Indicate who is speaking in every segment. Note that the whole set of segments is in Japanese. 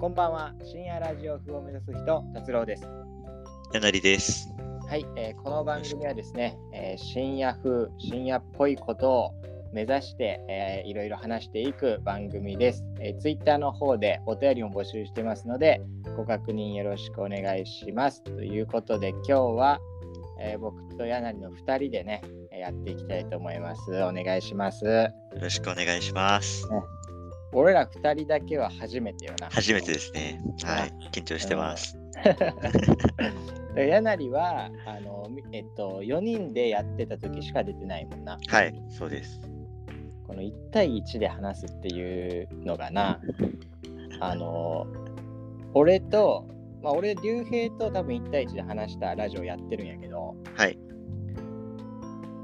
Speaker 1: こんばんは。深夜ラジオ風を目指す人、達郎です。
Speaker 2: やなりです。
Speaker 1: はい、えーこの番組はですね、えー深夜風、深夜っぽいことを目指して、えーいろいろ話していく番組です、えー。Twitter の方でお便りも募集してますので、ご確認よろしくお願いします。ということで、今日は、えー僕と柳の2人でね、えーやっていきたいと思います。お願いします。
Speaker 2: よろしくお願いします。
Speaker 1: 俺ら2人だけは初めてよな。
Speaker 2: 初めてですね。はい。緊張してます。
Speaker 1: でやなりはあの、みえっと、4人でやってた時しか出てないもんな。
Speaker 2: はい。そうです。
Speaker 1: この1対1で話すっていうのがな、あの、俺と、まあ、俺、竜兵と多分1対1で話したラジオやってるんやけど、
Speaker 2: はい。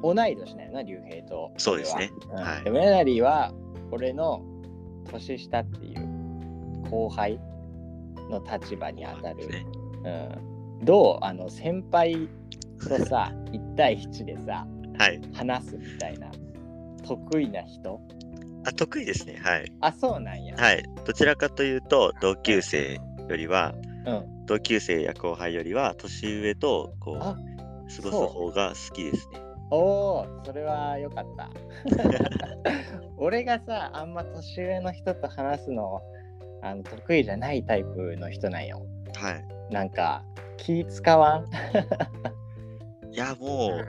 Speaker 1: 同い年だよな、竜兵と。
Speaker 2: そうですね
Speaker 1: 俺は。うん
Speaker 2: はい
Speaker 1: でもやなりは、俺の年下っていう後輩の立場に当たる
Speaker 2: です。ね。
Speaker 1: うんどうあの先輩とさ1対1でさ
Speaker 2: はい。
Speaker 1: 話すみたいな得意な人
Speaker 2: あ、得意ですね。はい。
Speaker 1: あそうなんや、
Speaker 2: はい。どちらかというと、同級生よりは、
Speaker 1: うん、
Speaker 2: 同級生や後輩よりは、年上と、こう、
Speaker 1: あ
Speaker 2: 過ごす方が好きですね。
Speaker 1: おおそれはよかった 俺がさあんま年上の人と話すのあの得意じゃないタイプの人なんよ
Speaker 2: はい。
Speaker 1: なんか気使わん、
Speaker 2: いや、も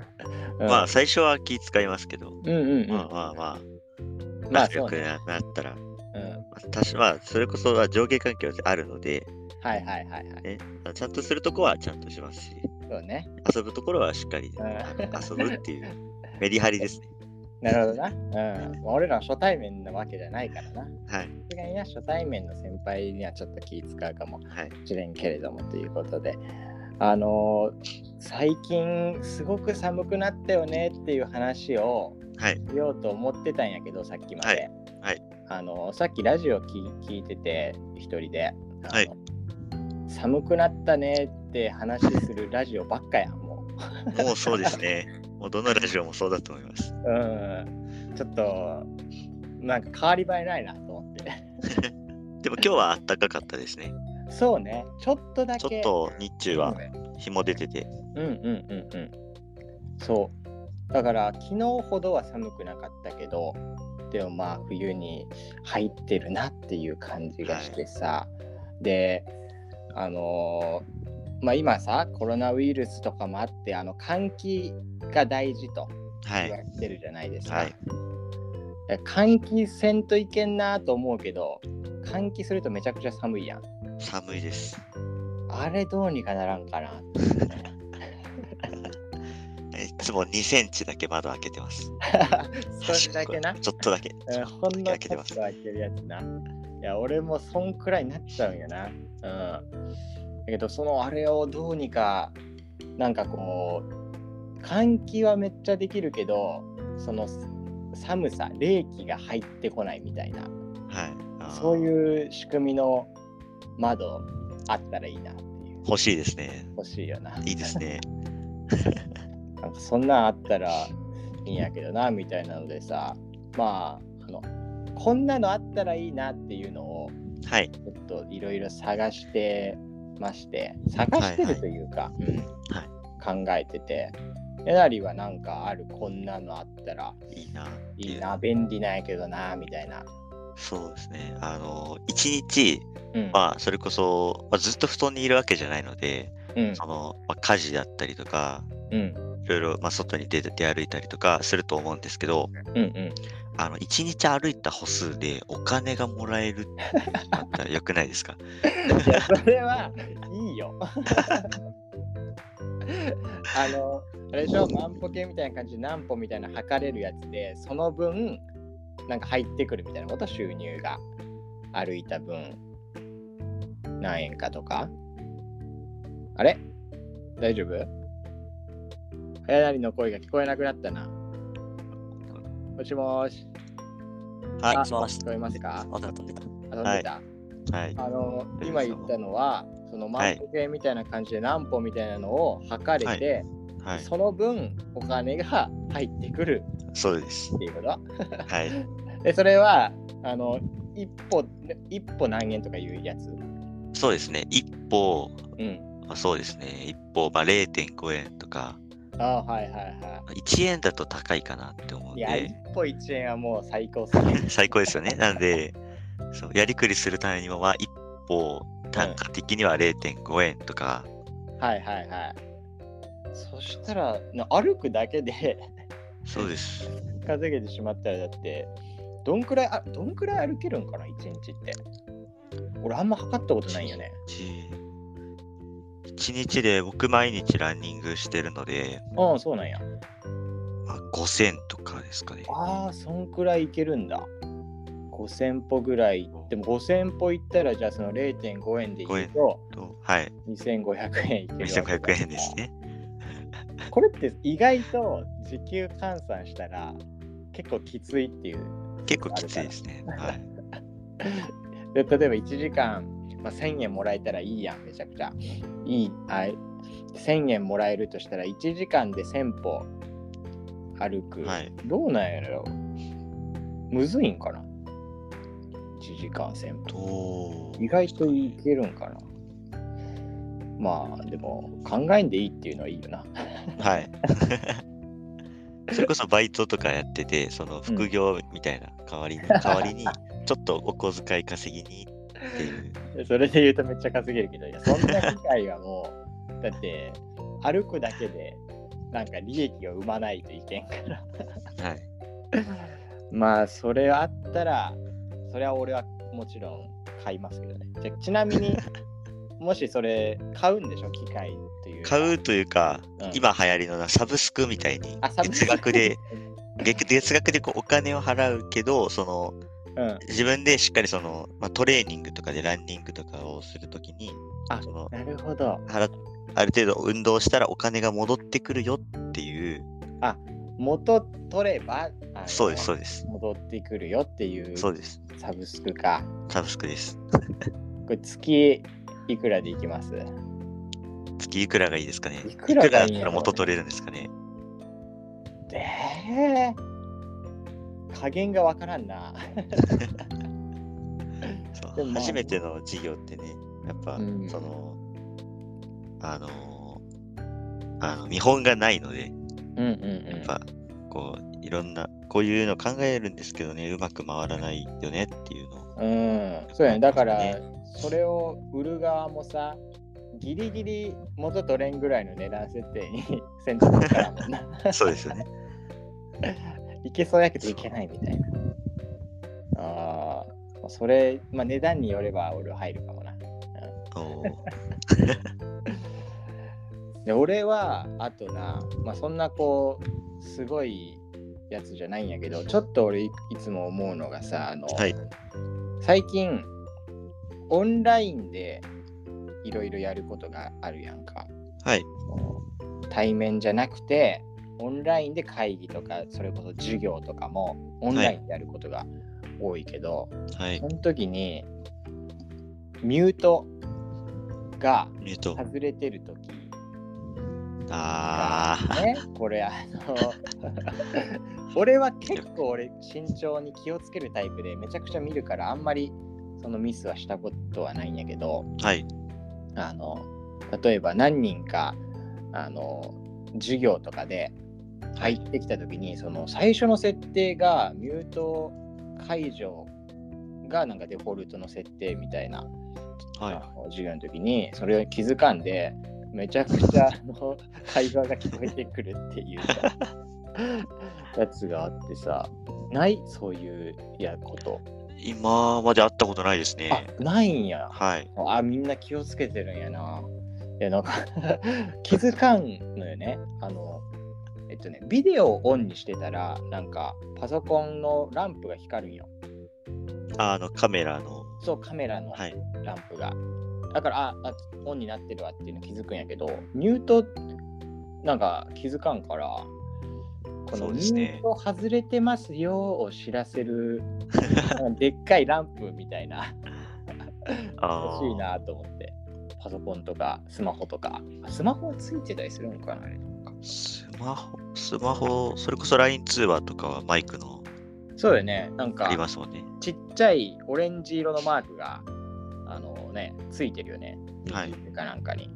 Speaker 1: う
Speaker 2: う、
Speaker 1: ん、
Speaker 2: まあ、最初は気使いますけど、
Speaker 1: うんうんうん
Speaker 2: まあまあまあ、
Speaker 1: まあ
Speaker 2: 仲
Speaker 1: そ
Speaker 2: 良
Speaker 1: う
Speaker 2: く
Speaker 1: ね、
Speaker 2: ななったら、
Speaker 1: うん、
Speaker 2: 多少まあ、それこそは上下関係はあるので、
Speaker 1: はいはいはいはい
Speaker 2: あのちゃんとするとこはちゃんとしますし、
Speaker 1: そうね
Speaker 2: 遊ぶところはしっかり
Speaker 1: うん
Speaker 2: あの遊ぶっていうメリハリですね。
Speaker 1: なるほどな、うん、俺ら初対面なわけじゃないからな
Speaker 2: はい。
Speaker 1: さすがにな初対面の先輩にはちょっと気使うかも
Speaker 2: はい。
Speaker 1: しれんけれどもということであのー最近すごく寒くなったよねっていう話を
Speaker 2: はい。
Speaker 1: しようと思ってたんやけどさっきまで、
Speaker 2: はいはい
Speaker 1: あのーさっきラジオ聞聞いてて一人で、あの
Speaker 2: はい
Speaker 1: 寒くなったねって話するラジオばっかやんもう
Speaker 2: もうそうですね。もうどのラジオもそうだと思います。
Speaker 1: うんちょっとなんか変わり映えないなと思って
Speaker 2: でも今日は暖かかったですね。
Speaker 1: そうねちょっとだけ
Speaker 2: ちょっと日中は日も出てて。
Speaker 1: うんうんうんうんそうだから昨日ほどは寒くなかったけどでもまあ冬に入ってるなっていう感じがしてさ、であのーまあ今さコロナウイルスとかもあってあの換気が大事と
Speaker 2: は
Speaker 1: 言わ
Speaker 2: い。
Speaker 1: れてるじゃないですか、
Speaker 2: はい。
Speaker 1: 換気せんといけんなと思うけど換気するとめちゃくちゃ寒いやん
Speaker 2: 寒いです。
Speaker 1: あれどうにかならんかな
Speaker 2: えいつも2センチだけ窓開けてます。
Speaker 1: 少しだけな
Speaker 2: ちょっとだけ。
Speaker 1: うんほんの
Speaker 2: 開
Speaker 1: ちょ
Speaker 2: けて
Speaker 1: っ
Speaker 2: ま
Speaker 1: と
Speaker 2: す
Speaker 1: 開けるやつな。いや、俺もそんくらいになっちゃうんやな。うん。だけど、そのあれをどうにか、なんかこう、換気はめっちゃできるけど、その寒さ、冷気が入ってこないみたいな、
Speaker 2: はい。あー
Speaker 1: そういう仕組みの窓あったらいいなっていう。
Speaker 2: 欲しいですね。
Speaker 1: 欲しいよな。
Speaker 2: いいですね。
Speaker 1: なんかそんなんあったらいいんやけどなみたいなのでさまああのこんなのあったらいいなっていうのを
Speaker 2: はい。
Speaker 1: ちょっといろいろ探してまして探してるというか、うん考えててえなりはなんかあるこんなのあったら
Speaker 2: いいなっていう。
Speaker 1: いいな便利なんやけどなみたいな、
Speaker 2: そうですね。あの、一日、
Speaker 1: うん
Speaker 2: まあ、それこそ、まあ、ずっと布団にいるわけじゃないので、
Speaker 1: うん
Speaker 2: その、まあ、家事だったりとか、
Speaker 1: うん
Speaker 2: いろいろ、まあ、外に出て出歩いたりとかすると思うんですけど、
Speaker 1: うんうん
Speaker 2: あの、1日歩いた歩数でお金がもらえるってなったらよくないですか
Speaker 1: いやそれはいいよ。 あのあれでしょ万歩計みたいな感じで何歩みたいな測れるやつでその分なんか入ってくるみたいなこと収入が歩いた分何円かとかあれ大丈夫はやなりの声が聞こえなくなったな。もしもーし。
Speaker 3: はい、
Speaker 1: あ
Speaker 3: 聞こえまし
Speaker 1: 聞こえますか
Speaker 3: た。音が飛んでた。
Speaker 1: あ飛んでた、
Speaker 2: はい。
Speaker 1: あの
Speaker 2: 大丈夫です
Speaker 1: 今言ったのはその万歩計みたいな感じで何歩みたいなのを測れて、
Speaker 2: はい。
Speaker 1: その分お金が入ってくる
Speaker 2: そうです
Speaker 1: っ。ていうこと
Speaker 2: はい。
Speaker 1: でそれはあの一歩一歩何円とかいうやつ
Speaker 2: そうですね。一歩、
Speaker 1: うん。
Speaker 2: まあ、そうですね。一歩、まあ、0.5円とか、
Speaker 1: ああー、はいはいは
Speaker 2: 1円だと高いかなって思うん
Speaker 1: い。いや、
Speaker 2: で
Speaker 1: 一、歩一円はもう最高っす ね。
Speaker 2: 最高ですよね。なんで、そうやりくりするためにも、まあ、一歩、単価的には0.5円とか、
Speaker 1: はいはいはい。そしたら、な歩くだけで
Speaker 2: そうです。
Speaker 1: 稼げてしまったら、だって、どんくらいあ、どんくらい歩けるんかな、一日って。俺、あんま測ったことないよね。
Speaker 2: 1日で僕毎日ランニングしてるので、
Speaker 1: うん、そうなんや。
Speaker 2: まあ、5000とかですかね。
Speaker 1: ああ、そんくらいいけるんだ。5000歩ぐらい。でも5000歩行ったら、じゃあその0.5円で言うと、
Speaker 2: とはい、
Speaker 1: 2500円いけるわけだから
Speaker 2: 2500円ですね。
Speaker 1: これって意外と時給換算したら結構きついっていう。
Speaker 2: 結構きついですね。はい、
Speaker 1: で例えば1時間、まあ、1000円もらえたらいいやん、めちゃくちゃ。いい。はい、1000円もらえるとしたら1時間で1000歩歩く。
Speaker 2: はい
Speaker 1: どうなんやろむずいんかな ?1 時間1000歩。
Speaker 2: と
Speaker 1: 意外といけるんかなまあでも考えんでいいっていうのはいいよな。
Speaker 2: はい。 それこそバイトとかやってて、その副業みたいな代わりに、代わりに、ちょっとお小遣い稼ぎにっていう。
Speaker 1: それで言うとめっちゃ稼げるけど、いやそんな機会はもう、だって歩くだけでなんか利益を生まないといけんから。
Speaker 2: はい。
Speaker 1: まあそれあったら、それは俺はもちろん買いますけどね。じゃちなみ に、もしそれ買うんでしょ、機械というか。
Speaker 2: 買うというか、
Speaker 1: うん
Speaker 2: 今流行りのなサブスクみたいに
Speaker 1: あ、サブス
Speaker 2: 月
Speaker 1: ク
Speaker 2: 額で、月月額でこうお金を払うけど、その
Speaker 1: うん。
Speaker 2: 自分でしっかりその、まあ、トレーニングとかでランニングとかをするときに、
Speaker 1: あ
Speaker 2: その
Speaker 1: なるほど。
Speaker 2: 払っある程度運動したらお金が戻ってくるよっていう、
Speaker 1: 元取れば、あの
Speaker 2: そうです、そうです、
Speaker 1: 戻ってくるよっていう
Speaker 2: そうです、
Speaker 1: サブスクか。
Speaker 2: サブスクです。
Speaker 1: これ月いくらでいきます
Speaker 2: 月いくらがいいですかね
Speaker 1: い
Speaker 2: い
Speaker 1: く
Speaker 2: く
Speaker 1: ら
Speaker 2: ら
Speaker 1: が
Speaker 2: だ
Speaker 1: い
Speaker 2: っ
Speaker 1: いん
Speaker 2: た
Speaker 1: やろうね
Speaker 2: ら元取れるんですかね
Speaker 1: えー、加減がわからんな。
Speaker 2: そう
Speaker 1: でもまあ
Speaker 2: 初めての事業ってね、やっぱ、
Speaker 1: うん
Speaker 2: その、あのーあの、見本がないので、
Speaker 1: うんうん
Speaker 2: やっぱ、こう、いろんな、こういうの考えるんですけどね、うまく回らないよねっていうのを。
Speaker 1: うん。そうやね。だから
Speaker 2: ね、
Speaker 1: それを売る側もさ、ギリギリ元取れんぐらいの値段設定に 選択したらもんな。
Speaker 2: そうで すよね。
Speaker 1: いけそうやけどいけないみたいな。ああ、それ、まあ値段によれば俺は入るかもな。
Speaker 2: おー
Speaker 1: で俺はあとな、まあ、そんなこうすごいやつじゃないんやけどちょっと俺いいつも思うのがさあの、
Speaker 2: はい。
Speaker 1: 最近オンラインでいろいろやることがあるやんか
Speaker 2: はい。
Speaker 1: 対面じゃなくてオンラインで会議とかそれこそ授業とかもオンラインでやることが多いけど、
Speaker 2: はい
Speaker 1: そ。の時にミュートが
Speaker 2: ミュート。
Speaker 1: 外れてる時
Speaker 2: あー。
Speaker 1: ね、これあ の俺は結構俺慎重に気をつけるタイプでめちゃくちゃ見るからあんまりそのミスはしたことはないんやけど
Speaker 2: はい。
Speaker 1: あの例えば何人かあの授業とかで入ってきた時にその最初の設定がミュート解除がなんかデフォルトの設定みたいな
Speaker 2: は
Speaker 1: あの授業の時にそれを気づかんでめちゃくちゃあの会話が聞こえてくるっていうさやつがあってさないそういうやこと、
Speaker 2: い。今まで会ったことないですね。
Speaker 1: あないんや
Speaker 2: はい。
Speaker 1: あみんな気をつけてるんやないやなんか 気づかんのよねあのえっとねビデオをオンにしてたらなんかパソコンのランプが光るんよ
Speaker 2: あの、カメラの。
Speaker 1: そうカメラの
Speaker 2: はい。
Speaker 1: ランプが。だから、あ、あオンになってるわっていうの気づくんやけど、ミュートなんか気づかんから、この
Speaker 2: そう
Speaker 1: ミ
Speaker 2: です
Speaker 1: ュ
Speaker 2: ね
Speaker 1: ート外れてますよを知らせる、なんかでっかいランプみたいな、
Speaker 2: あ
Speaker 1: 欲しい
Speaker 2: ー。
Speaker 1: なと思って、パソコンとかスマホとか、あスマホはついてたりするのかなあれなんか
Speaker 2: スマホ、スマホ、それこそ LINE 通話とかはマイクの
Speaker 1: そうよね、なん
Speaker 2: ありま
Speaker 1: か
Speaker 2: すもんね。
Speaker 1: ちっちゃいオレンジ色のマークが、あの、もねついてるよね
Speaker 2: はい
Speaker 1: かなんかに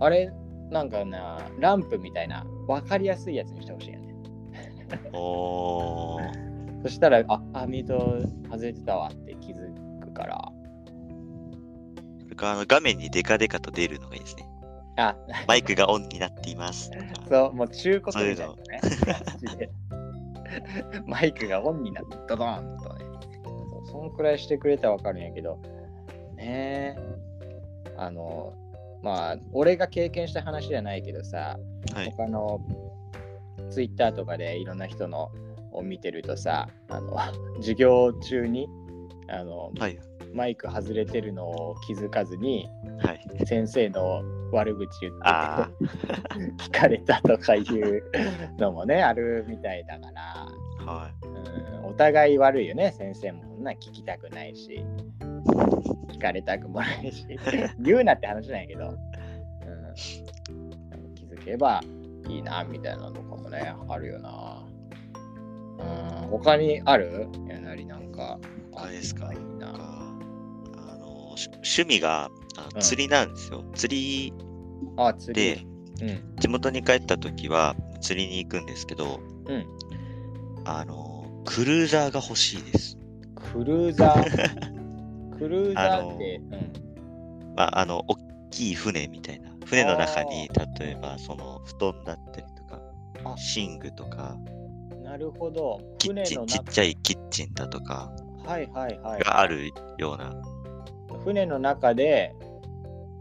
Speaker 1: あれなんかなランプみたいな分かりやすいやつにしてほしいよね
Speaker 2: おー
Speaker 1: そしたらああミート外れてたわって気づくから
Speaker 2: それからあの画面にデカデカと出るのがいいですね。
Speaker 1: あ
Speaker 2: マイクがオンになっていますとか。
Speaker 1: そうもう中古車みたいなねマジでマイクがオンになってドドーンとねそうそんくらいしてくれたら分かるんやけどねえあのまあ俺が経験した話じゃないけどさ、
Speaker 2: はい。
Speaker 1: 他のツイッターとかでいろんな人のを見てるとさあの 授業中にあの、
Speaker 2: はい。
Speaker 1: マイク外れてるのを気づかずに
Speaker 2: はい。
Speaker 1: 先生の悪口言
Speaker 2: あ
Speaker 1: ってて聞かれたとかいうのもねあるみたいだから、
Speaker 2: あ。はい。
Speaker 1: うん、お互い悪いよね先生もそんなん聞きたくないし聞かれたくもない し言うなって話なんやけど、うん、気づけばいいなみたいなのとかもねあるよな、うん、他にあるやなりなんか
Speaker 2: 他ですか
Speaker 1: いいな
Speaker 2: なんかあのし趣味があ
Speaker 1: うん
Speaker 2: 釣りなんですよ。釣り
Speaker 1: あ釣
Speaker 2: で
Speaker 1: り、うん
Speaker 2: 地元に帰った時は釣りに行くんですけど、
Speaker 1: うん、
Speaker 2: あのクルーザーが欲しいです。
Speaker 1: クルーザー クルーザーって、
Speaker 2: まあ、あの大きい船みたいな船の中に例えばその布団だったりとか
Speaker 1: あ
Speaker 2: 寝具とか
Speaker 1: うん、なるほど
Speaker 2: キッ
Speaker 1: 船
Speaker 2: チ
Speaker 1: の
Speaker 2: ンちっ
Speaker 1: 中
Speaker 2: ちゃいキッチンだとか
Speaker 1: はいはいはい
Speaker 2: があるような
Speaker 1: 船の中で、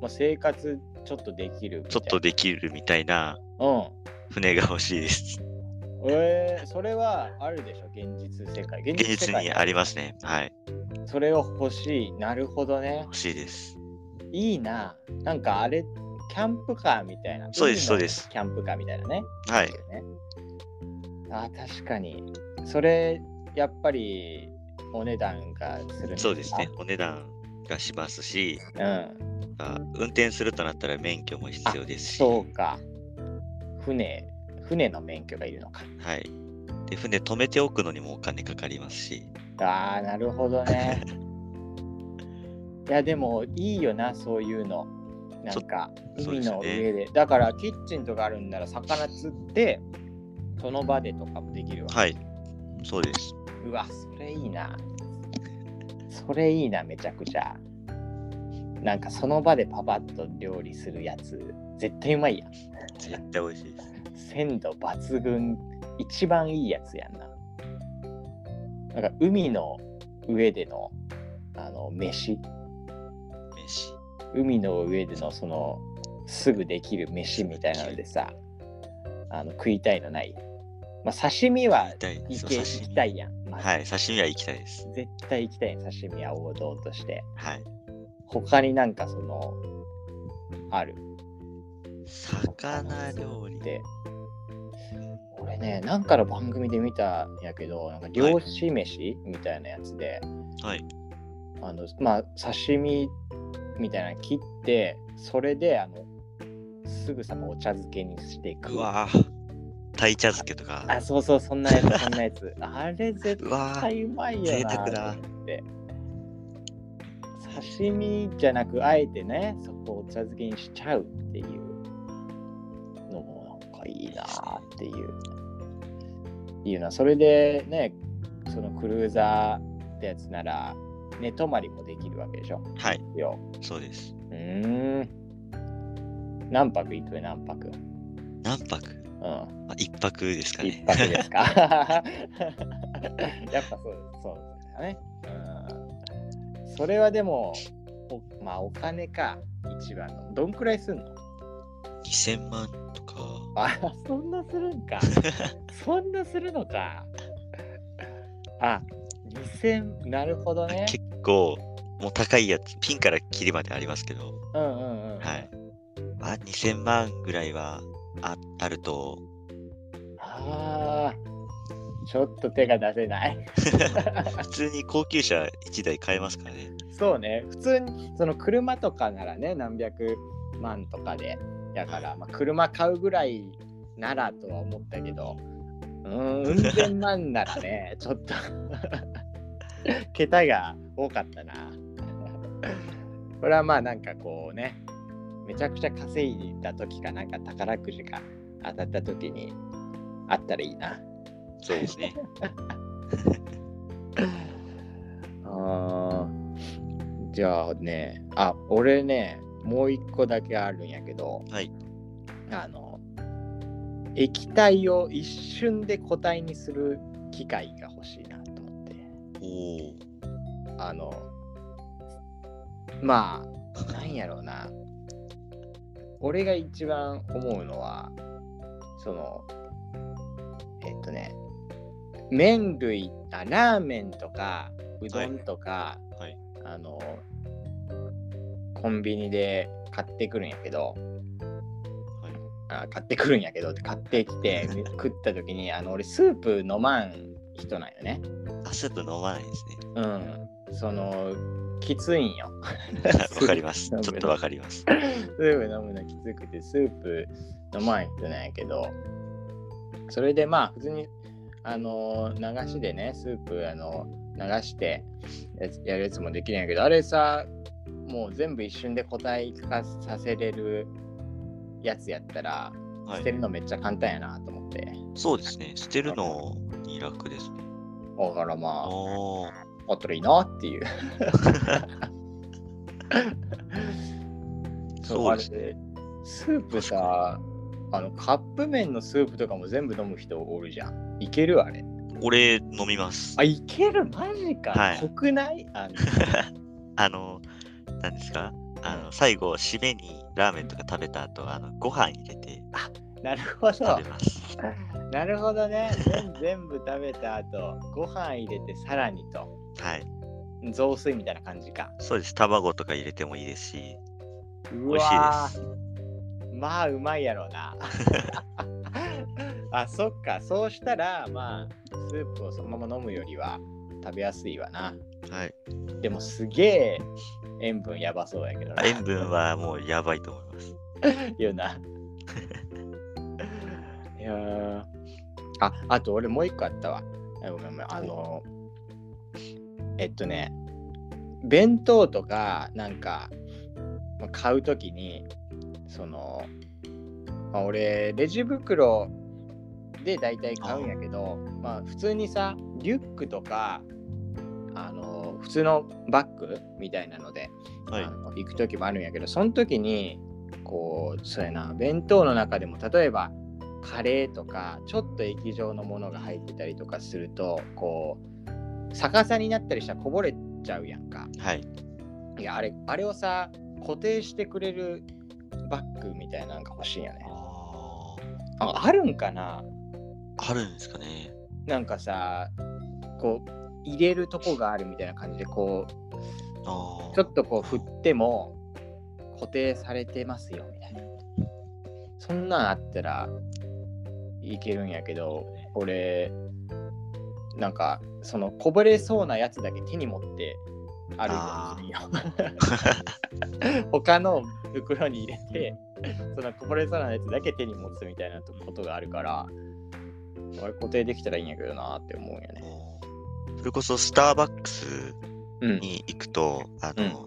Speaker 1: まあ、生活ちょっとできるみ
Speaker 2: ち
Speaker 1: た
Speaker 2: ょ
Speaker 1: い
Speaker 2: っとできるみたいな
Speaker 1: な
Speaker 2: 船が欲しいです。
Speaker 1: うんえー、それはあるでしょ現実世界現
Speaker 2: 現実にありますね。はい。
Speaker 1: それを欲しいなるほどね
Speaker 2: 欲しいです。
Speaker 1: いいななんかあれキャンプカーみたいな
Speaker 2: そうです
Speaker 1: 海の
Speaker 2: そうです
Speaker 1: キャンプカーみたいなね
Speaker 2: はい。
Speaker 1: ねあ確かにそれやっぱりお値段がするん
Speaker 2: そうですね。お値段がしますし、
Speaker 1: うん
Speaker 2: あ運転するとなったら免許も必要ですし、
Speaker 1: そうか船船の免許がいるのか
Speaker 2: はい。で、船止めておくのにもお金かかりますし、
Speaker 1: ああなるほど ねいやでもいいよなそういうのなんか
Speaker 2: そ
Speaker 1: 海の
Speaker 2: そうですね
Speaker 1: 上でだからキッチンとかあるんなら魚釣ってその場でとかもできるわ、
Speaker 2: はい。そうです。
Speaker 1: うわそれいいなそれいいなめちゃくちゃなんかその場でパパッと料理するやつ絶対うまいやん
Speaker 2: 絶対美味しいです。
Speaker 1: 鮮度抜群一番いいやつやんななんか海の上でのあの飯
Speaker 2: 飯。
Speaker 1: 海の上でのそのすぐできる飯みたいなのでさあの食いたいのない、まあ、刺身は
Speaker 2: 行きたい
Speaker 1: い
Speaker 2: そう
Speaker 1: け
Speaker 2: 刺
Speaker 1: 行
Speaker 2: 身
Speaker 1: きたいやん、まず
Speaker 2: はい。刺身は行きたいです。
Speaker 1: 絶対行きたいやん刺身は王道として
Speaker 2: はい。
Speaker 1: 他になんかそのある
Speaker 2: 魚料理
Speaker 1: っ。て俺ねなんかの番組で見たんやけどなんか漁師飯みたいなやつで、
Speaker 2: はい。
Speaker 1: あのまあ刺身みたいなの切ってそれであのすぐさまお茶漬けにしていく
Speaker 2: うわぁ。鯛茶漬けとか。
Speaker 1: あそうそうそんなやつそんなやつあれ絶
Speaker 2: うわぁ。
Speaker 1: 対うまいよな
Speaker 2: 贅沢だ。
Speaker 1: 刺身じゃなくあえてねそこをお茶漬けにしちゃうっていうのもなんかいいなっていういいよなそれでねそのクルーザーってやつなら寝泊まりもできるわけでしょ
Speaker 2: はい。
Speaker 1: よ
Speaker 2: そうです。
Speaker 1: うーん何泊行く何泊
Speaker 2: 何泊
Speaker 1: うん
Speaker 2: あ、一泊ですか
Speaker 1: 一
Speaker 2: ね。
Speaker 1: 泊ですかやっぱそうそうだね、うん、それはでもおまあお金か一番のどんくらいすんの
Speaker 2: 2000万とか。
Speaker 1: あそんなするんかそんなするのかあ2000なるほどね
Speaker 2: 結構、もう高いやつ。ピンからキリまでありますけど。
Speaker 1: うんうんうん
Speaker 2: はい。まあ、2000万ぐらいはああると、
Speaker 1: あーちょっと手が出せない
Speaker 2: 普通に高級車1台買えますからね。
Speaker 1: そうね普通にその車とかならね何百万とかでだから、まあ、車買うぐらいならとは思ったけどうーん運転万な らねちょっと桁が多かったな これはまあなんかこうねめちゃくちゃ稼いだ時かなんか宝くじが当たった時にあったらいいな。
Speaker 2: そうです ね。
Speaker 1: あーじゃあねあ俺ねもう一個だけあるんやけど、
Speaker 2: はい
Speaker 1: あの液体を一瞬で固体にする機械が欲しいなと思って
Speaker 2: おお。
Speaker 1: あのまあなんやろうな俺が一番思うのはそのえっとね麺類あラーメンとかうどんとか、
Speaker 2: はい
Speaker 1: あのコンビニで買ってくるんやけど
Speaker 2: はい。
Speaker 1: あ買ってくるんやけどって買ってき て食った時にあの俺スープ飲まん人なんよね
Speaker 2: あ、スープ飲まないですね。
Speaker 1: うんそのきついん よ
Speaker 2: わかります。
Speaker 1: スープ
Speaker 2: ちょっとわかります。
Speaker 1: スープ飲むのきつくてスープ飲まん人なんやけどそれでまあ普通にあのー流しでねスープあの流してやつやるやつもできるんやけどあれさもう全部一瞬で個体化させれるやつやったら
Speaker 2: は
Speaker 1: 捨て
Speaker 2: い。
Speaker 1: るのめっちゃ簡単やなと思って、
Speaker 2: そうですね。捨てるのに楽ですね。
Speaker 1: だからまあ
Speaker 2: おお。
Speaker 1: あったらいいなっていう
Speaker 2: そうですね。
Speaker 1: スープさ、あのカップ麺のスープとかも全部飲む人おるじゃん。いけるあれ。
Speaker 2: 俺飲みます
Speaker 1: あ、。いけるマジか。
Speaker 2: はい
Speaker 1: 濃くないあの
Speaker 2: あの、なんですかあの、最後、締めにラーメンとか食べた後、あの、ご飯入れて
Speaker 1: なるほど
Speaker 2: 食べ。ます。
Speaker 1: なるほどね。全 全部食べた後、ご飯入れてさらにと。
Speaker 2: はい。
Speaker 1: 雑炊みたいな感じか。
Speaker 2: そうです。卵とか入れてもいいですし、
Speaker 1: う
Speaker 2: 美味し
Speaker 1: わ
Speaker 2: いで
Speaker 1: まあうまいやろう な。あそっかそうしたらまあスープをそのまま飲むよりは食べやすいわな。
Speaker 2: す。はい。
Speaker 1: でもすげえ塩分やばそうやけどな。
Speaker 2: 塩分はもうやばいと思います。
Speaker 1: 言 うな。いやーああと俺もう一個あったわ。あごめんごめん。あのえっとね弁当とかなんかまあ買うときにその、まあ、俺レジ袋で大体買うんやけどまあ普通にさリュックとかあの普通のバッグみたいなので
Speaker 2: はい
Speaker 1: あ。の行く時もあるんやけどその時にこうそうやな弁当の中でも例えばカレーとかちょっと液状のものが入ってたりとかするとこう逆さになったりしたらこぼれちゃうやんか
Speaker 2: はい。
Speaker 1: いやあれあれをさ固定してくれるバッグみたいなのが欲しいんやね
Speaker 2: あ
Speaker 1: ああるんかな
Speaker 2: ーあるんですかね。
Speaker 1: なんかさこう入れるとこがあるみたいな感じでこう
Speaker 2: ああ。
Speaker 1: ちょっとこう振っても固定されてますよみたいな。そんなんあったらいけるんやけど、俺、なんかそのこぼれそうなやつだけ手に持って歩いてるんよ。 他の袋に入れて、そのこぼれそうなやつだけ手に持つみたいなとことがあるから、俺固定できたらいいんやけどなって思うんよね。
Speaker 2: もうそれこそスターバックス
Speaker 1: うん。
Speaker 2: に行くと、あの、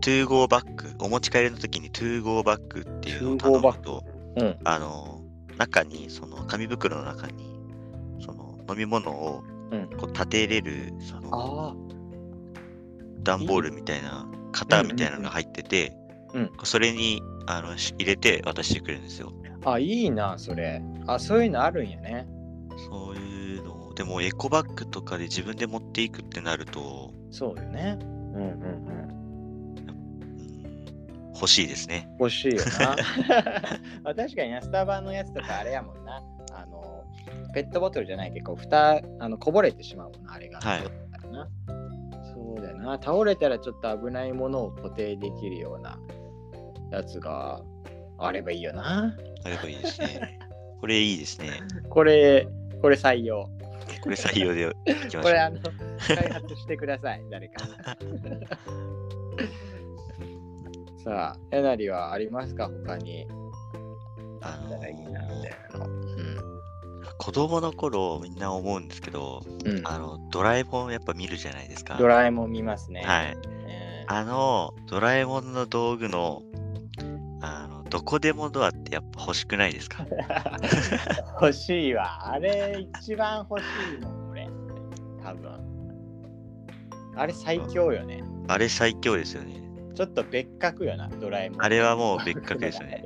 Speaker 2: トゥーゴーバッグ、お持ち帰りの時にトゥーゴーバッグっていうのを頼むと、
Speaker 1: うん。
Speaker 2: あの、中に、その紙袋の中に、その飲み物を
Speaker 1: うん
Speaker 2: こう立てれる、その
Speaker 1: ああ、
Speaker 2: 段ボールみたいな、型みたいなのが入ってて、
Speaker 1: うん
Speaker 2: それにあのし入れて渡してくれるんですよ。
Speaker 1: あ、いいな、それ。あ、そういうのあるんやね。
Speaker 2: そういうのをでもエコバッグとかで自分で持っていくってなると、
Speaker 1: そうよね。うんうんうん。
Speaker 2: うん欲しいですね。
Speaker 1: 欲しいよな。 まあ確かにな、スタバのやつとかあれやもんな。あの、ペットボトルじゃないけど、こう蓋、あの、こぼれてしまうもんな、あれが。
Speaker 2: はい
Speaker 1: なそうだよな。倒れたらちょっと危ないものを固定できるようなやつがあればいいよな。
Speaker 2: あればいいです ね。これいいですね。
Speaker 1: これ、これ採用。
Speaker 2: これ採用でいきま
Speaker 1: こ
Speaker 2: しょ
Speaker 1: れ
Speaker 2: う。
Speaker 1: あの開発してください 誰かさあえなりはありますか他に
Speaker 2: あ
Speaker 1: あったらいいなみたいな
Speaker 2: の
Speaker 1: の
Speaker 2: 子供の頃みんな思うんですけど、
Speaker 1: うん、うん、
Speaker 2: あのドラえもんやっぱ見るじゃないですか。
Speaker 1: ドラえもん見ますね
Speaker 2: はい。
Speaker 1: え
Speaker 2: あの、ドラえもんの道具の、あの、どこでもドアってやっぱ欲しくない ですか
Speaker 1: 欲しいわ。あれ、一番欲しいもん、俺。多分。あれ、最強よね。
Speaker 2: あれ最強ですよね。
Speaker 1: ちょっと別格よな、ドラえもん。
Speaker 2: あれはもう別格です よ ね。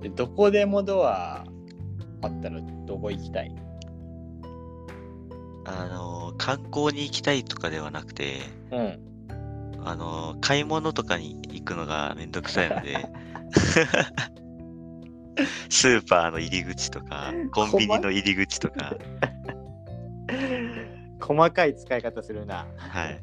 Speaker 1: でどこでもドアあったらどこ行きたい
Speaker 2: あの、観光に行きたいとかではなくて、
Speaker 1: うん。
Speaker 2: あの、買い物とかに行くのがめんどくさい ので、スーパーの入り口とか、コンビニの入り口とか、
Speaker 1: 細かい使い方するな。
Speaker 2: はい。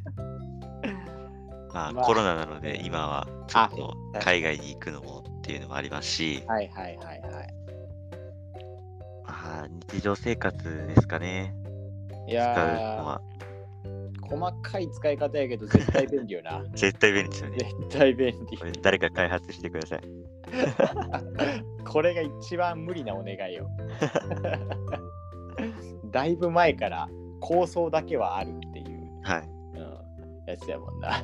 Speaker 2: まあ、
Speaker 1: まあ
Speaker 2: コロナなので、今はちょっと
Speaker 1: あ
Speaker 2: 海外に行くのもっていうのもありますし、
Speaker 1: はいはいはいはい。
Speaker 2: まあ日常生活ですかね、
Speaker 1: い
Speaker 2: 使うの
Speaker 1: や
Speaker 2: は。
Speaker 1: ー、細かい使い方やけど絶対便利よな。
Speaker 2: 絶対便利ですよね。
Speaker 1: 絶対便利
Speaker 2: こ。れ誰か開発してください。
Speaker 1: これが一番無理なお願いよ。 だいぶ前から構想だけはあるっていう、
Speaker 2: はい。
Speaker 1: うん、やつやもん な。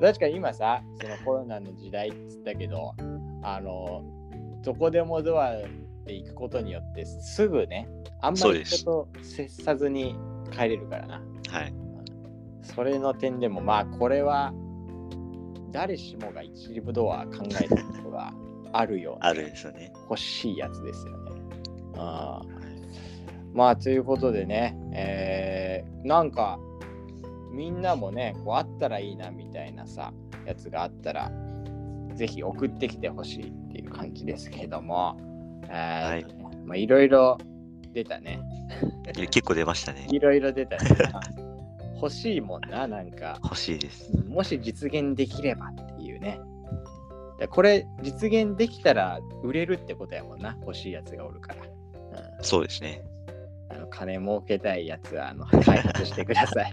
Speaker 1: 確かに今さ、そのコロナの時代っつったけど、あの、どこでもドアで行くことによってすぐね、あんま
Speaker 2: そうで
Speaker 1: り
Speaker 2: す
Speaker 1: 人と接さずに帰れるからな。
Speaker 2: はい。
Speaker 1: それの点でもまあこれは誰しもが一部ドア考えたことがあるような
Speaker 2: あるんですよね。
Speaker 1: 欲しいやつですよね。あーまあということでね、えーなんかみんなもねこうあったらいいなみたいなさやつがあったらぜひ送ってきてほしいっていう感じですけども、えー
Speaker 2: はい
Speaker 1: まあいろいろ出たね
Speaker 2: いや結構出ましたね。
Speaker 1: いろいろ出たね 欲しいもんななんか
Speaker 2: 欲しいです。
Speaker 1: もし実現できればっていうね。だこれ実現できたら売れるってことやもんな。欲しいやつがおるから。うん
Speaker 2: そうですね。
Speaker 1: あの金儲けたいやつはあの開発してください。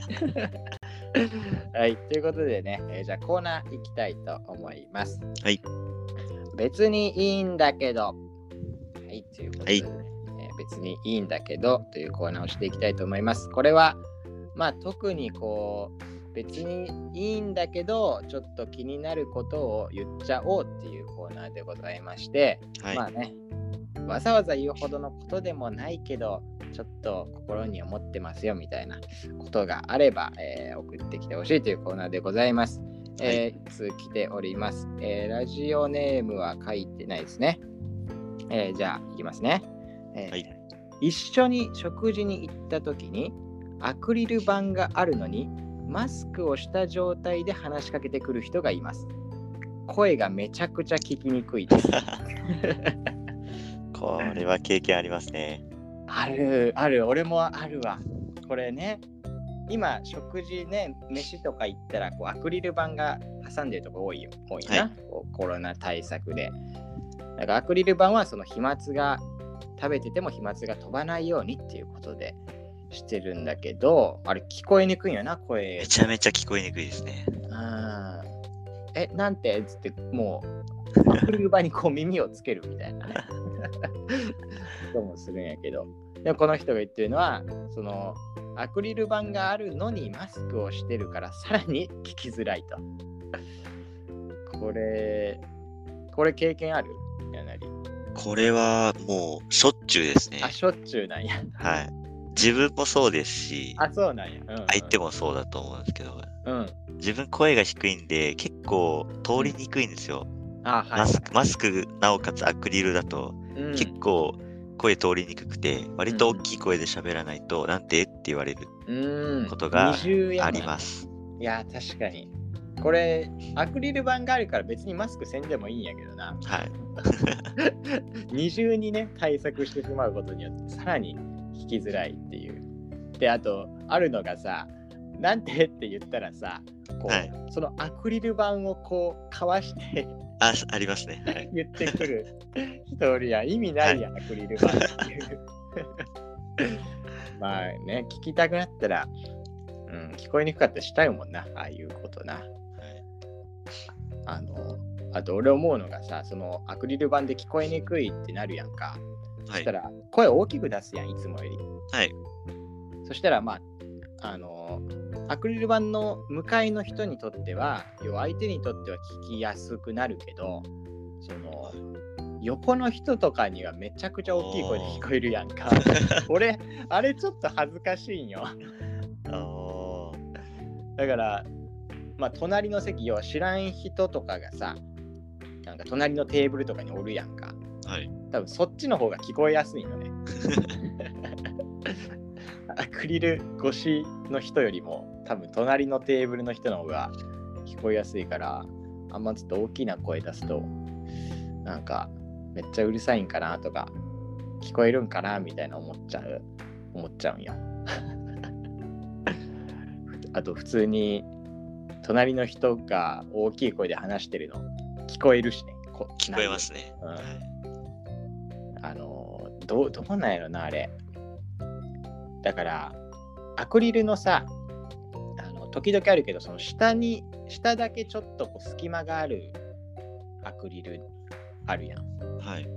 Speaker 1: はい、ということでね、えーじゃあコーナー行きたいと思います。
Speaker 2: はい。
Speaker 1: 別にいいんだけど。はい、ということで、ねえー別にいいんだけどというコーナーをしていきたいと思います。これは、まあ特にこう、別にいいんだけど、ちょっと気になることを言っちゃおうっていうコーナーでございまして、
Speaker 2: はい。
Speaker 1: まあねわざわざ言うほどのことでもないけどちょっと心に思ってますよみたいなことがあれば、えー送ってきてほしいというコーナーでございます。えー、いつ来ております、えーラジオネームは書いてないですね。えーじゃあ、いきますね、えー
Speaker 2: はい
Speaker 1: 一緒に食事に行った時に、アクリル板があるのに、マスクをした状態で話しかけてくる人がいます。声がめちゃくちゃ聞きにくいです。
Speaker 2: これは経験ありますね。
Speaker 1: あるある俺もあるわこれね今食事ね飯とか行ったらこうアクリル板が挟んでるとこ多いよ多いな、
Speaker 2: はい
Speaker 1: こうコロナ対策でだからアクリル板はその飛沫が食べてても飛沫が飛ばないようにっていうことでしてるんだけどあれ聞こえにくいんよな声
Speaker 2: めちゃめちゃ聞こえにくいですね。
Speaker 1: うんえなんてっつってもうアクリル板にこう耳をつけるみたい なねこともするんやけどでもこの人が言ってるのはそのアクリル板があるのにマスクをしてるからさらに聞きづらいとこれこれ経験あるやなり
Speaker 2: これはもうしょっちゅうですね
Speaker 1: あ。しょっちゅうなんや
Speaker 2: はい。自分もそうですし、
Speaker 1: あそうなんや、うんうん、
Speaker 2: 相手もそうだと思うんですけど、
Speaker 1: うん
Speaker 2: 自分声が低いんで結構通りにくいんですよ。
Speaker 1: あはい
Speaker 2: マスク、マスクなおかつアクリルだと
Speaker 1: うん
Speaker 2: 結構声通りにくくて、割と大きい声で喋らないと、なんてって言われる
Speaker 1: うん
Speaker 2: ことが
Speaker 1: 二重やな
Speaker 2: あります。
Speaker 1: いやー確かにこれアクリル板があるから別にマスクせんでもいいんやけどな
Speaker 2: はい。
Speaker 1: 二重にね対策してしまうことによってさらに聞きづらいっていうであとあるのがさなんてって言ったらさこう、
Speaker 2: はい
Speaker 1: そのアクリル板をこうかわして
Speaker 2: あ、ありますね。はい。
Speaker 1: 言ってくる人おるやん意味ないやん、アクリル板っていう まあね聞きたくなったら、うん、聞こえにくかったらしたいもんなああいうことな
Speaker 2: はい
Speaker 1: あのあと俺思うのがさそのアクリル板で聞こえにくいってなるやんか、
Speaker 2: は
Speaker 1: そし
Speaker 2: い
Speaker 1: た。ら声大きく出すやんいつもより
Speaker 2: はい
Speaker 1: そしたらまああのアクリル板の向かいの人にとっては要は相手にとっては聞きやすくなるけどその横の人とかにはめちゃくちゃ大きい声で聞こえるやん か俺あれちょっと恥ずかしいんよ
Speaker 2: ああ。
Speaker 1: だから、まあ、隣の席、要は知らん人とかがさ、なんか隣のテーブルとかにおるやんか。
Speaker 2: はい。
Speaker 1: 多分そっちの方が聞こえやすいよ ね。アクリル越しの人よりも、多分隣のテーブルの人の方が聞こえやすいから、あんまちょっと大きな声出すと、なんか、めっちゃうるさいんかなとか、聞こえるんかなみたいな思っちゃう、思っちゃうんよ。あと普通に隣の人が大きい声で話してるの聞こえるしね。こ
Speaker 2: 聞こえますね。
Speaker 1: うん
Speaker 2: はい
Speaker 1: あのどうどうなんやろなあれだからアクリルのさあの時々あるけどその下に下だけちょっとこう隙間があるアクリルあるやん
Speaker 2: はい。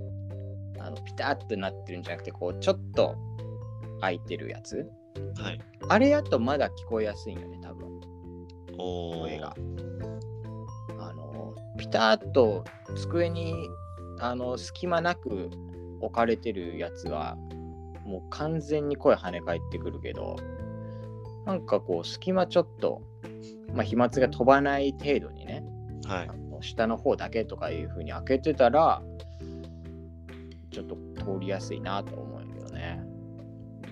Speaker 1: あのピタッとなってるんじゃなくてこうちょっと空いてるやつ
Speaker 2: はい。
Speaker 1: あれやとまだ聞こえやすいんよね多分
Speaker 2: おお。
Speaker 1: 声が。あのピタッと机にあの隙間なく置かれてるやつはもう完全に声跳ね返ってくるけどなんかこう隙間ちょっと、まあ、飛沫が飛ばない程度にね
Speaker 2: はい
Speaker 1: あ。の下の方だけとかいう風に開けてたらちょっと通りやすいなと思うんやけどね。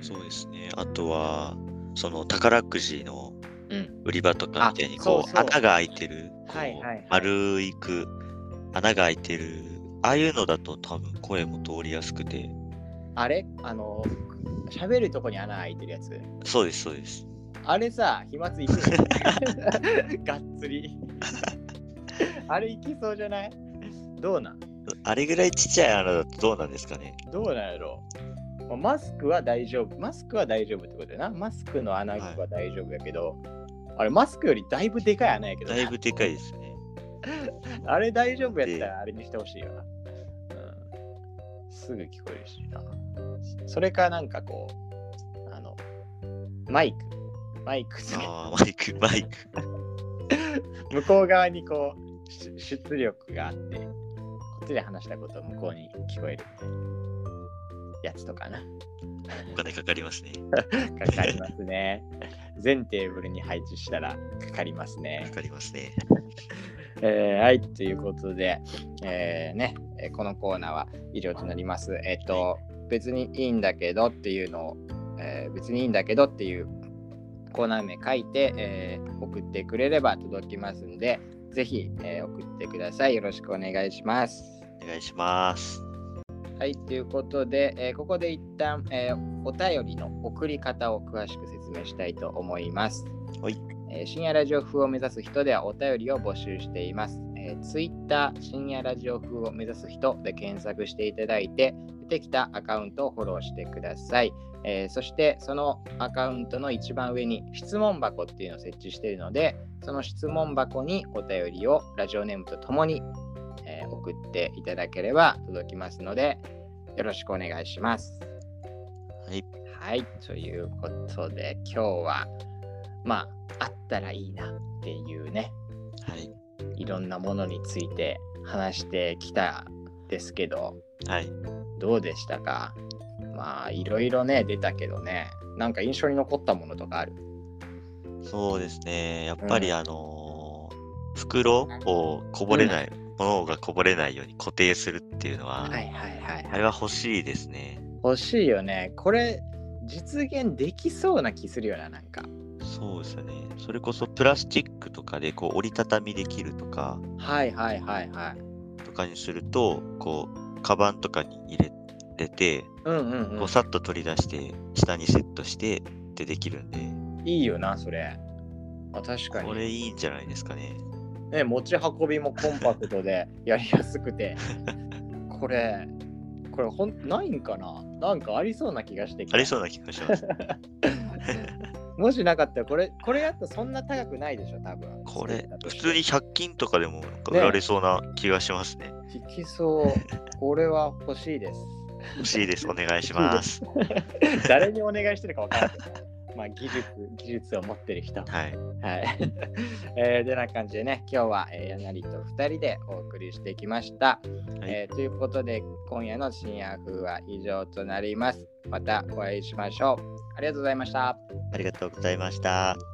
Speaker 2: そうですね。あとは、その宝くじの
Speaker 1: うん
Speaker 2: 売り場とかみたいに、
Speaker 1: あ
Speaker 2: こう
Speaker 1: そうそう
Speaker 2: 穴が開いてる、こう
Speaker 1: はいはいはい
Speaker 2: 丸いく穴が開いてる、ああいうのだと多分声も通りやすくて、
Speaker 1: あれあの喋るとこに穴開いてるやつ
Speaker 2: そうです、そうです。
Speaker 1: あれさ、飛沫いくの がっつり。あれいきそうじゃないどうなん
Speaker 2: あれぐらいちっちゃい穴だとどうなんですかね。
Speaker 1: どうなんやろう、まあマスクは大丈夫。マスクは大丈夫ってことやな。マスクの穴は大丈夫やけど、あれマスクよりだいぶでかい穴やけど
Speaker 2: だ
Speaker 1: な、
Speaker 2: いぶでかいです ね。
Speaker 1: あれ大丈夫やったらあれにしてほしいよな、うん。すぐ聞こえるしな。それかなんかこう、あの、マイク。マイクつけて
Speaker 2: ああ、マイク、マイク。
Speaker 1: 向こう側にこうし出力があってこっちで話したことを向こうに聞こえるみたいなやつとかな
Speaker 2: お金かかりますね。
Speaker 1: かかりますね全テーブルに配置したらかかります
Speaker 2: か
Speaker 1: ね
Speaker 2: かりますね。
Speaker 1: えーはいということで、えーねえーこのコーナーは以上となりますえっ、と別にいいんだけどっていうのを、えー別にいいんだけどっていうコーナー名書いて、えー送ってくれれば届きますんでぜひ、えー送ってくださいよろしくお願いします
Speaker 2: お願いします。
Speaker 1: はい、ということで、えーここで一旦、えーお便りの送り方を詳しく説明したいと思います。
Speaker 2: はい
Speaker 1: えー深夜ラジオ風を目指す人ではお便りを募集しています。えー、Twitter、深夜ラジオ風を目指す人で検索していただいて、出てきたアカウントをフォローしてください。えーそして、そのアカウントの一番上に質問箱っていうのを設置しているので、その質問箱にお便りをラジオネームとともに、えー送っていただければ届きますので、よろしくお願いします。
Speaker 2: はい。
Speaker 1: はい、ということで今日はまああったらいいなっていうね
Speaker 2: はい。
Speaker 1: いろんなものについて話してきたですけど
Speaker 2: はい。
Speaker 1: どうでしたかまあいろいろね出たけどねなんか印象に残ったものとかある
Speaker 2: そうですね。やっぱ
Speaker 1: う
Speaker 2: りあのー袋をこぼれない、物がこぼれないように固定するっていうのは、
Speaker 1: はいはいはい
Speaker 2: あれは欲しいですね。
Speaker 1: 欲しいよねこれ実現できそうな気するよななんか
Speaker 2: そうですよね。それこそプラスチックとかでこう折りたたみできるとか、
Speaker 1: はいはいはいはい
Speaker 2: とかにすると、こう、カバンとかに入れれて、
Speaker 1: うんうん、う
Speaker 2: こうさっと取り出して、下にセットしてってできるんで、
Speaker 1: ん、いいよなそれあ確かに
Speaker 2: これいいんじゃないですかね。
Speaker 1: ね、持ち運びもコンパクトでやりやすく てこれこれほんないんかななんかありそうな気がしてきた
Speaker 2: ありそうな気がし ます。
Speaker 1: もしなかったらこれこれやったらそんな高くないでしょ多分
Speaker 2: これ
Speaker 1: 作った、と
Speaker 2: 普
Speaker 1: して
Speaker 2: 通に100均とかでもなんか売
Speaker 1: ね
Speaker 2: られそうな気がしますね。
Speaker 1: 引きそうこれは欲 しいです
Speaker 2: 欲しいです。お願いします。
Speaker 1: 誰にお願いしてるか分からないまあ、技術技術を持ってる人、はい
Speaker 2: はい。
Speaker 1: えー、でな感じでね今日は、えー、やなりと2人でお送りしてきました、
Speaker 2: はい
Speaker 1: えーということで今夜の「深夜風」は以上となりますまたお会いしましょうありがとうございました
Speaker 2: ありがとうございました。